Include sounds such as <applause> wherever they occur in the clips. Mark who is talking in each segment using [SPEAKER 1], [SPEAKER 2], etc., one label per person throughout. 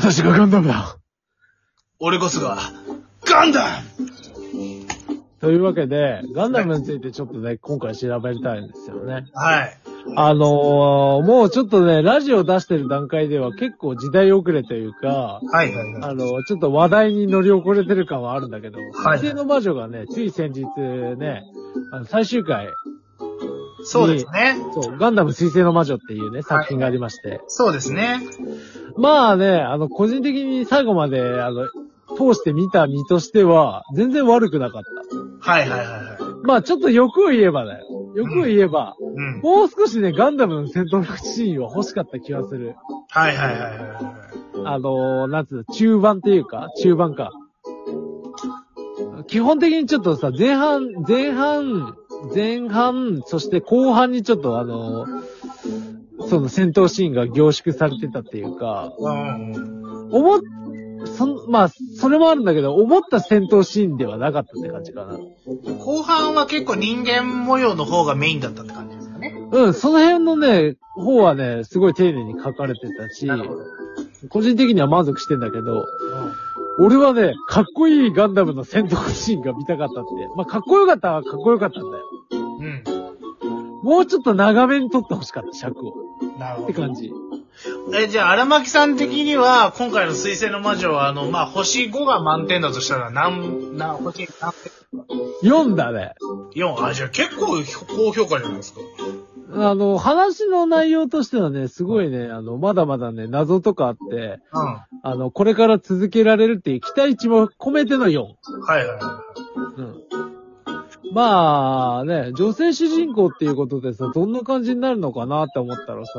[SPEAKER 1] たちがガンダムだ。
[SPEAKER 2] 俺こそが、ガンダム
[SPEAKER 1] というわけで、ガンダムについてちょっとね、今回調べたいんですよね。
[SPEAKER 2] はい。
[SPEAKER 1] あのー、もうちょっとね、ラジオ出してる段階では結構時代遅れというか、
[SPEAKER 2] はいはいはい。
[SPEAKER 1] あの、ちょっと話題に乗り遅れてる感はあるんだけど、
[SPEAKER 2] はい
[SPEAKER 1] 水星の魔女がね、つい先日ね、あの最終回、
[SPEAKER 2] そうですね。
[SPEAKER 1] そう、ガンダム水星の魔女っていうね、作品がありまして、
[SPEAKER 2] そうですね。
[SPEAKER 1] まあね、あの、個人的に最後まで、あの、通して見た身としては、全然悪くなかった。
[SPEAKER 2] はいはいはいはい。
[SPEAKER 1] まあちょっと欲を言えばだよ。欲を言えば、
[SPEAKER 2] うん。
[SPEAKER 1] もう少しね、ガンダムの戦闘シーンは欲しかった気がする。
[SPEAKER 2] はいはいはいはいはい。
[SPEAKER 1] あのー、なんつうの、中盤っていうか、中盤か。基本的にちょっとさ、前半、前半、前半、そして後半にちょっとあのーその戦闘シーンが凝縮されてたっていうか、
[SPEAKER 2] うん。
[SPEAKER 1] 思っ、そん、まあ、それもあるんだけど、思った戦闘シーンではなかったって感じかな。
[SPEAKER 2] 後半は結構人間模様の方がメインだったって感じですかね。
[SPEAKER 1] うん、その辺のね、方はね、すごい丁寧に書かれてたし
[SPEAKER 2] な、るほど。
[SPEAKER 1] 個人的には満足してんだけど、俺はね、かっこいいガンダムの戦闘シーンが見たかったって。まあ、かっこよかったはかっこよかったんだよ。
[SPEAKER 2] うん。
[SPEAKER 1] もうちょっと長めに撮ってほしかった、尺を。
[SPEAKER 2] なる
[SPEAKER 1] っ
[SPEAKER 2] ほ
[SPEAKER 1] て
[SPEAKER 2] ど。
[SPEAKER 1] 感じ。
[SPEAKER 2] え、じゃあ、荒牧さん的には、今回の水星の魔女は、あの、まあ、星5が満点だとしたら、何、何、星何
[SPEAKER 1] 4だね。
[SPEAKER 2] 点 ?4。あ、じゃあ結構高評価じゃないですか。
[SPEAKER 1] あの、話の内容としてはね、すごいね、あの、まだまだね、謎とかあって、
[SPEAKER 2] うん。は
[SPEAKER 1] あの、これから続けられるっていう期待値も込めての4。
[SPEAKER 2] いはいは
[SPEAKER 1] うん。まあね、女性主人公っていうことでさ、どんな感じになるのかなって思ったらさ、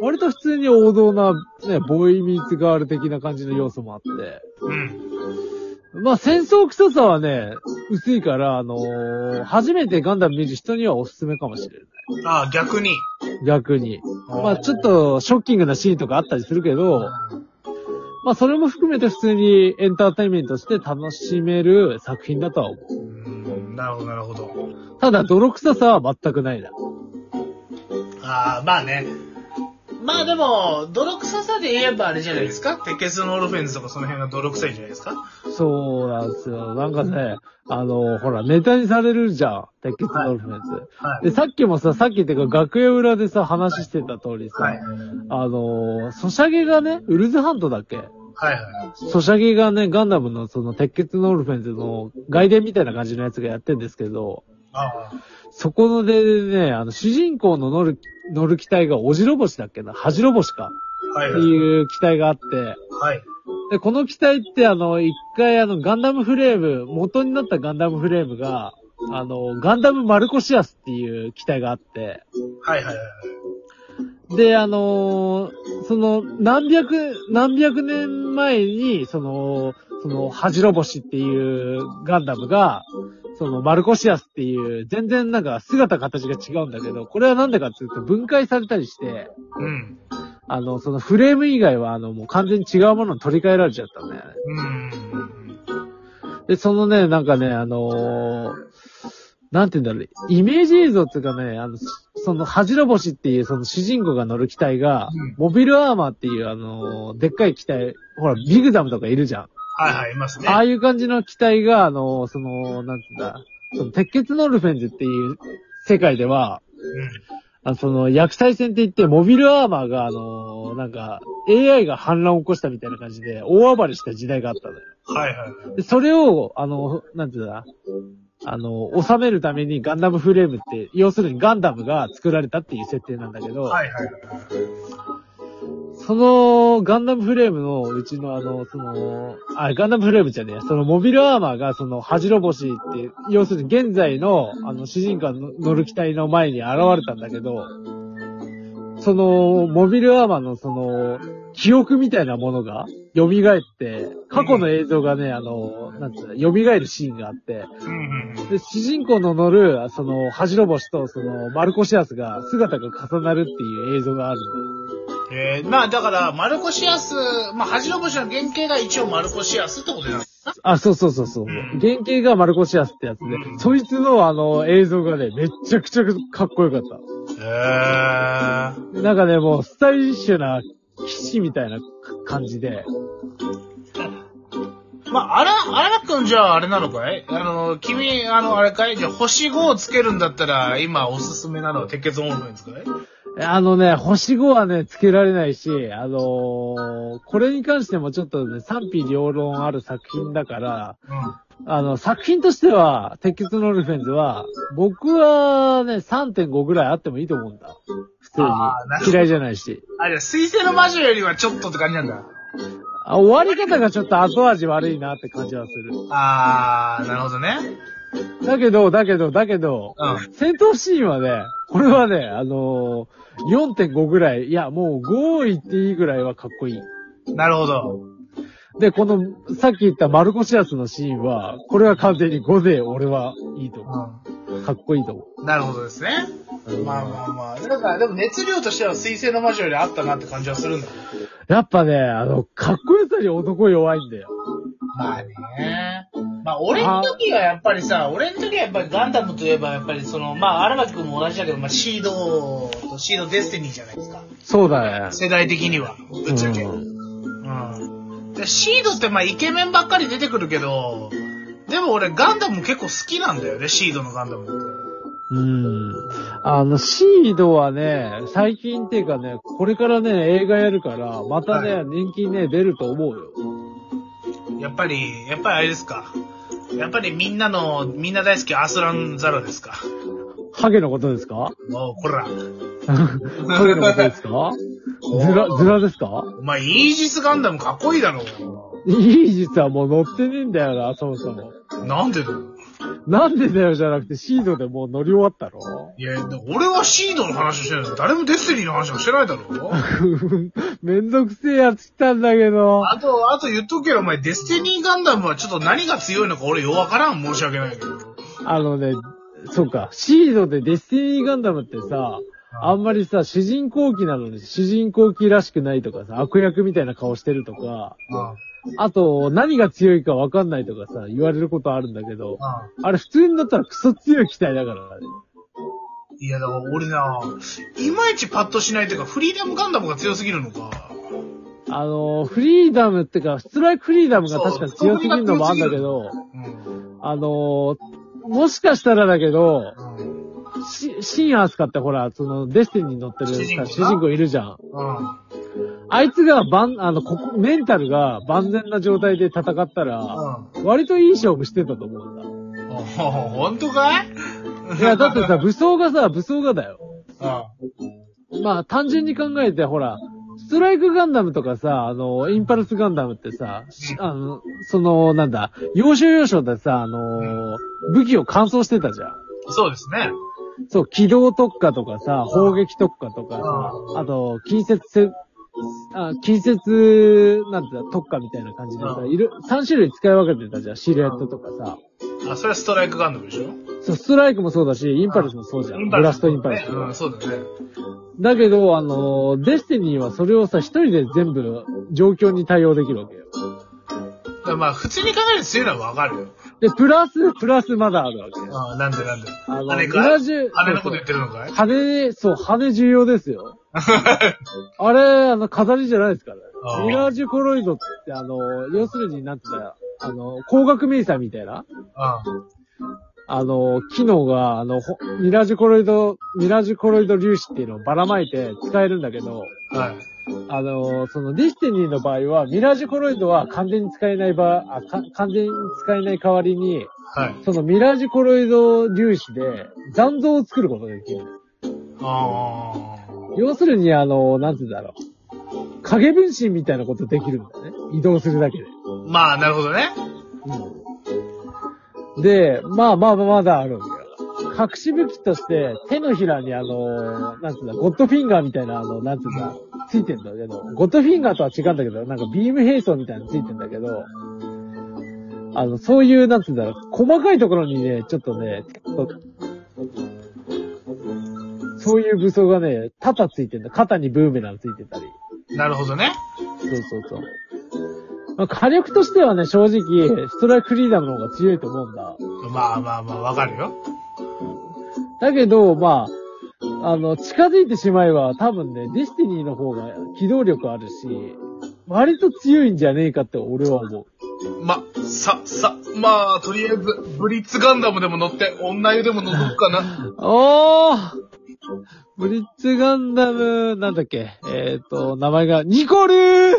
[SPEAKER 1] 割と普通に王道な、ね、ボーイミーツガール的な感じの要素もあって、
[SPEAKER 2] い。うん。
[SPEAKER 1] まあ戦争臭さはね、薄いから、あのー初めてガンダム見る人にはおすすめかもしれな
[SPEAKER 2] あ、逆に。
[SPEAKER 1] い。逆に。まあちょっとショッキングなシーンとかあったりするけど、まあそれも含めて普通にエンターテインメントして楽しめる作品だとは思う。
[SPEAKER 2] うん。なるほど、なるほど。
[SPEAKER 1] ただ泥臭さは全くないな。
[SPEAKER 2] ああ、まあね。まあでも、泥臭さで言えばあれじゃないですか鉄血のオルフェンズとかその辺が泥臭いんじゃないですか
[SPEAKER 1] そうなんですよ。なんかね、あの、ほら、ネタにされるじゃん。鉄血のオルフェンズ。
[SPEAKER 2] はい。
[SPEAKER 1] で、さっきもさ、さっきっていうか、楽屋裏でさ、話してた通りさ、
[SPEAKER 2] はい。
[SPEAKER 1] あの、ソシャゲがね、ウルズハントだっけ
[SPEAKER 2] はいは
[SPEAKER 1] ソシャゲがね、ガンダムのその、鉄血のオルフェンズの外伝みたいな感じのやつがやってんですけど、
[SPEAKER 2] い。ああ。
[SPEAKER 1] そこのでね、あの、主人公の乗る、乗る機体がオジロボシだっけな恥ジロボシか
[SPEAKER 2] は
[SPEAKER 1] って
[SPEAKER 2] いはい。
[SPEAKER 1] いう機体があって、
[SPEAKER 2] はい。
[SPEAKER 1] で、この機体ってあの、一回あの、ガンダムフレーム、元になったガンダムフレームが、あの、ガンダムマルコシアスっていう機体があって、
[SPEAKER 2] はいはいはい。
[SPEAKER 1] で、あのーその、何百、何百年前に、その、その、ハジロボシっていうガンダムが、その、マルコシアスっていう、全然なんか姿形が違うんだけど、これはなんでかっていうと分解されたりして、
[SPEAKER 2] うん。
[SPEAKER 1] あの、そのフレーム以外はあの、もう完全に違うものに取り替えられちゃったんだよね。
[SPEAKER 2] うん。
[SPEAKER 1] で、そのね、なんかね、あのーなんて言うんだろう、イメージ映像っていうかね、あの、その、ハジロボシっていう、その主人公が乗る機体が
[SPEAKER 2] うん、
[SPEAKER 1] モビルアーマーっていう、あのーでっかい機体、ほら、ビグダムとかいるじゃん。
[SPEAKER 2] はいはい、いますね。
[SPEAKER 1] ああいう感じの機体が、あのーその、なんて言うんだ、その、鉄血ノルフェンズっていう世界では、
[SPEAKER 2] うん。
[SPEAKER 1] あその、薬剤戦って言って、モビルアーマーが、あのーなんか、AI が反乱を起こしたみたいな感じで、大暴れした時代があったのよ。
[SPEAKER 2] はいはい。
[SPEAKER 1] で、それを、あの、なんていうんだ、あの、収めるためにガンダムフレームって、要するにガンダムが作られたっていう設定なんだけど、
[SPEAKER 2] はいはい。
[SPEAKER 1] そのガンダムフレームのうちのあの、その、あ、ガンダムフレームじゃねえ、そのモビルアーマーがその、ハジロボシって、要するに現在の、あの、主人公の乗る機体の前に現れたんだけど、その、モビルアーマーのその、記憶みたいなものが、蘇って、過去の映像がね、あの、なんつうの、蘇るシーンがあって、
[SPEAKER 2] うんうんうん。
[SPEAKER 1] で、主人公の乗る、その、ハジロボシと、その、マルコシアスが姿が重なるっていう映像があるんだよ。
[SPEAKER 2] えー、まあだから、マルコシアス、まあ、恥の星の原型が一応マルコシアスってことじゃないですか。
[SPEAKER 1] あ、そうそうそうそう。
[SPEAKER 2] うん
[SPEAKER 1] 原型がマルコシアスってやつで、
[SPEAKER 2] うん
[SPEAKER 1] そいつのあの映像がね、めっちゃくちゃかっこよかっ
[SPEAKER 2] えー。
[SPEAKER 1] た。なんかね、もうスタイリッシュな騎士みたいな感じで、
[SPEAKER 2] まあ、あら、あらくんじゃああれなのかいあの、君、あの、あれかいじゃあ星5をつけるんだったら、今おすすめなのは鉄血オールフェンズかい
[SPEAKER 1] あのね、星5はね、つけられないし、あのーこれに関してもちょっとね、賛否両論ある作品だから、
[SPEAKER 2] う
[SPEAKER 1] あの、作品としては、鉄血のオルフェンズは、僕はね、3.5ぐらいあってもいいと思うんだ。普通
[SPEAKER 2] あーなるほ
[SPEAKER 1] に。
[SPEAKER 2] ど
[SPEAKER 1] 嫌いじゃないし。
[SPEAKER 2] ん。あ、じゃあ、水星の魔女よりはちょっとって感じなんだ。
[SPEAKER 1] あ終わり方がちょっと後味悪いなって感じはする。
[SPEAKER 2] あー、なるほどね。
[SPEAKER 1] だけど、だけど、だけど、
[SPEAKER 2] う
[SPEAKER 1] 戦闘シーンはね、これはね、あのー4.5ぐらい、いや、もう5いっていいぐらいはかっこいい。
[SPEAKER 2] ん。なるほど。
[SPEAKER 1] で、この、さっき言ったマルコシアスのシーンは、これは完全に5で俺はいいと思
[SPEAKER 2] う
[SPEAKER 1] う。かっこいいと思
[SPEAKER 2] ん。なるほどですね。
[SPEAKER 1] う。
[SPEAKER 2] まあまあまあ。だから、でも熱量としては水星の魔女よりあったなって感じはするんだ。
[SPEAKER 1] やっぱね、あの、かっこよさに男弱いんだよ。
[SPEAKER 2] まあね。まあ、俺の時はやっぱりさ、俺の時はやっぱりガンダムといえば、やっぱりその、まあ、荒牧くんも同じだけど、まあ、シードとシードデスティニーじゃないですか。
[SPEAKER 1] そうだね。
[SPEAKER 2] 世代的には。ぶっちゃけ。
[SPEAKER 1] うん
[SPEAKER 2] うん。で、シードってまあ、イケメンばっかり出てくるけど、でも俺ガンダム結構好きなんだよね、シードのガンダムって。
[SPEAKER 1] うん。あの、シードはね、最近っていうかね、これからね、映画やるから、またね、
[SPEAKER 2] は
[SPEAKER 1] 人気ね、出ると思うよ。
[SPEAKER 2] やっぱり、やっぱりあれですか。やっぱりみんなの、みんな大好きアスランザロですか。
[SPEAKER 1] ハゲのことですか
[SPEAKER 2] おう、こら。
[SPEAKER 1] ハゲのことですかズラ、ズラですか
[SPEAKER 2] お前、イージスガンダムかっこいいだろ。
[SPEAKER 1] いい実はもう乗ってねえんだよな、そもそも。
[SPEAKER 2] なんでだよ。
[SPEAKER 1] なんでだよじゃなくて、シードでもう乗り終わったろ
[SPEAKER 2] いや、俺はシードの話をしてるの誰もデスティニーの話はしてないだろ
[SPEAKER 1] <laughs> めんどくせえやつ来たんだけど。
[SPEAKER 2] あと、あと言っとくけど、お前、デスティニーガンダムはちょっと何が強いのか俺ようわからん。申し訳ないけど。
[SPEAKER 1] あのね、そうか、シードでデスティニーガンダムってさ、あんまりさ、主人公機なのに主人公機らしくないとかさ、悪役みたいな顔してるとか、あと、何が強いかわかんないとかさ、言われることあるんだけど、あれ普通にだったらクソ強い機体だからね。
[SPEAKER 2] いや、だから俺な、いまいちパッとしないというか、フリーダムガンダムが強すぎるのか。
[SPEAKER 1] あの、フリーダムってか、ストライクフリーダムが確かに強すぎるのもあるんだけど、
[SPEAKER 2] うん。
[SPEAKER 1] あの、もしかしたらだけど、
[SPEAKER 2] うん。
[SPEAKER 1] シシンアースカってほら、その、デスティニーに乗ってるさ
[SPEAKER 2] 主人公な
[SPEAKER 1] 主人公いるじゃん。
[SPEAKER 2] うん。
[SPEAKER 1] あいつが万、あの、ここ、メンタルが万全な状態で戦ったら、割といい勝負してたと思うん
[SPEAKER 2] おほんとかい
[SPEAKER 1] だ。い
[SPEAKER 2] <laughs>
[SPEAKER 1] や、だってさ、武装がさ、武装がだよ。
[SPEAKER 2] う
[SPEAKER 1] まあ、単純に考えて、ほら、ストライクガンダムとかさ、あの、インパルスガンダムってさ、しあの、その、なんだ、要所要所でさ、あの、武器を乾燥してたじゃん。
[SPEAKER 2] ん。そうですね。
[SPEAKER 1] そう、機動特化とかさ、砲撃特化とかさ、あと、近接せ、あ近接、なんていうの特化みたいな感じでさ
[SPEAKER 2] う、ん
[SPEAKER 1] いる、3種類使い分けてたじゃん、シルエットとかさ。
[SPEAKER 2] あ、それはストライクガンダムでしょ
[SPEAKER 1] そう、ストライクもそうだし、インパルスもそうじゃん。ブラストインパルス。
[SPEAKER 2] うん、そうだね。
[SPEAKER 1] だけど、あの、デスティニーはそれをさ、一人で全部、状況に対応できるわけよ。
[SPEAKER 2] だからまあ、普通に考えると強いのはわかるよ。
[SPEAKER 1] で、プラス、プラスまだあるわけよ。
[SPEAKER 2] ああ、なんでなんで。
[SPEAKER 1] あの、
[SPEAKER 2] 姉
[SPEAKER 1] ブ
[SPEAKER 2] か
[SPEAKER 1] ラジル、
[SPEAKER 2] 姉のこと言ってるのかい
[SPEAKER 1] 羽、そう、羽重要です
[SPEAKER 2] <laughs>
[SPEAKER 1] よ。あれ、あの、飾りじゃないですから
[SPEAKER 2] あー
[SPEAKER 1] ね。ミラージュコロイドって、あの、要するになんて言ったら、あの、光学迷彩みたいな、
[SPEAKER 2] う
[SPEAKER 1] あの、機能が、あの、ほミラージュコロイド、ミラージュコロイド粒子っていうのをばらまいて使えるんだけど、
[SPEAKER 2] ん。はい。
[SPEAKER 1] あの、そのディスティニーの場合は、ミラージュコロイドは完全に使えない場、あ、か完全に使えない代わりに、
[SPEAKER 2] はい。
[SPEAKER 1] そのミラージュコロイド粒子で残像を作ることができる。
[SPEAKER 2] あ
[SPEAKER 1] 要するに、あの、なんて言うんだろう。影分身みたいなことできるんだよね。移動するだけで。
[SPEAKER 2] あ。まあ、なるほどね。
[SPEAKER 1] うん。で、まあまあまだあるんだよ。隠し武器として、手のひらにあの、なんつうんだ、ゴッドフィンガーみたいな、あの、なんつうんだ、ついてんだけど、ゴッドフィンガーとは違うんだけど、なんかビーム兵装みたいなのついてんだけど、あの、そういう、なんつうんだろう、細かいところにね、ちょっとね、そういう武装がね、肩ついてんだ。肩にブーメランついてたり。
[SPEAKER 2] なるほどね。
[SPEAKER 1] そうそうそう。まあ、火力としてはね、正直、ストライクフリーダムの方が強いと思うんだ。
[SPEAKER 2] まあまあまあ、わかるよ。
[SPEAKER 1] だけど、まあ、あの、近づいてしまえば多分ね、ディスティニーの方が機動力あるし、割と強いんじゃねえかって俺は思う。
[SPEAKER 2] ま、さ、さ、まあ、とりあえず、ブリッツガンダムでも乗って、女湯でも覗く
[SPEAKER 1] <laughs>
[SPEAKER 2] かな。
[SPEAKER 1] おーブリッツガンダム、なんだっけえっ、と、名前が、ニコルー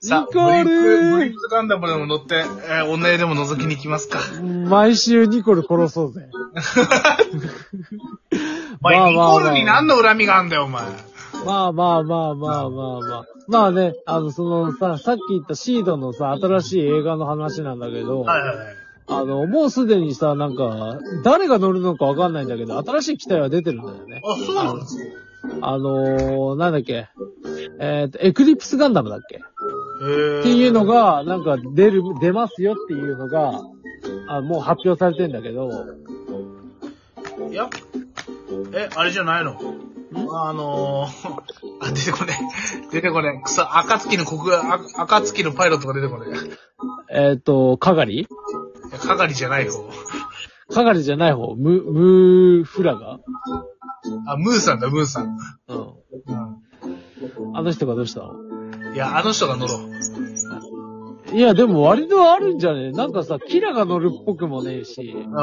[SPEAKER 2] さ
[SPEAKER 1] ニ、
[SPEAKER 2] ブ
[SPEAKER 1] コル
[SPEAKER 2] リッツ、ブリッ
[SPEAKER 1] ー
[SPEAKER 2] ツガンダムでも乗って、えー女湯でも覗きに行きますか。
[SPEAKER 1] 毎週ニコル殺そうぜ。
[SPEAKER 2] <laughs> お前、ニコールに何の恨みがあんだよ、お前。
[SPEAKER 1] まあまあまあまあまあまあ。まあね、あの、そのさ、さっき言ったシードのさ、新しい映画の話なんだけど、
[SPEAKER 2] はいはいはい。
[SPEAKER 1] あの、もうすでにさ、なんか、誰が乗るのかわかんないんだけど、新しい機体は出てるんだよね。
[SPEAKER 2] あ、そうなのです
[SPEAKER 1] あのー、なんだっけ、えっ、と、エクリプスガンダムだっけ
[SPEAKER 2] っ
[SPEAKER 1] っていうのが、
[SPEAKER 2] が。
[SPEAKER 1] なんか出る、出ますよっていうのが、あもう発表されてんだけど、
[SPEAKER 2] いや、え、あれじゃないのあのー、あ、出てこねえ。出てこねえ。くそ、暁の国、あ暁のパイロットが出てこね
[SPEAKER 1] えっ、と、かがり
[SPEAKER 2] えいや。係じゃない方。
[SPEAKER 1] かがりじゃない方、ム、ムーフラガ
[SPEAKER 2] あ、ムーさんだ、ムーさん。
[SPEAKER 1] う。
[SPEAKER 2] うん
[SPEAKER 1] あの人がどうしたの
[SPEAKER 2] ん。いや、あの人が乗ろう。
[SPEAKER 1] いや、でも割とあるんじゃねなんかさ、キラが乗るっぽくもねえし、
[SPEAKER 2] うん。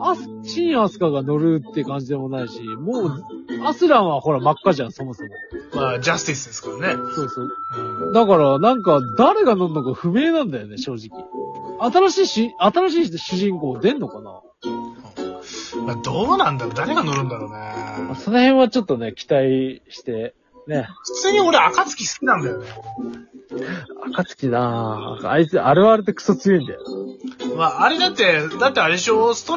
[SPEAKER 1] アス、シンアスカが乗るって感じでもないし、もう、アスランはほら真っ赤じゃん、そもそも。
[SPEAKER 2] まあ、ジャスティスですからね。
[SPEAKER 1] そうそう。
[SPEAKER 2] うん。
[SPEAKER 1] だから、なんか、誰が乗るのか不明なんだよね、正直。新しいし、新しい主人公出んのかな
[SPEAKER 2] まあ、どうなんだろう誰が乗るんだろう
[SPEAKER 1] まあ
[SPEAKER 2] ね。
[SPEAKER 1] その辺はちょっとね、期待して、ね。
[SPEAKER 2] 普通に俺、暁好きなんだよね。
[SPEAKER 1] 暁なぁ。あいつ、あれはあれでクソ強いんだよ。
[SPEAKER 2] まあ、あれだって、だってあれでしょ、ストレ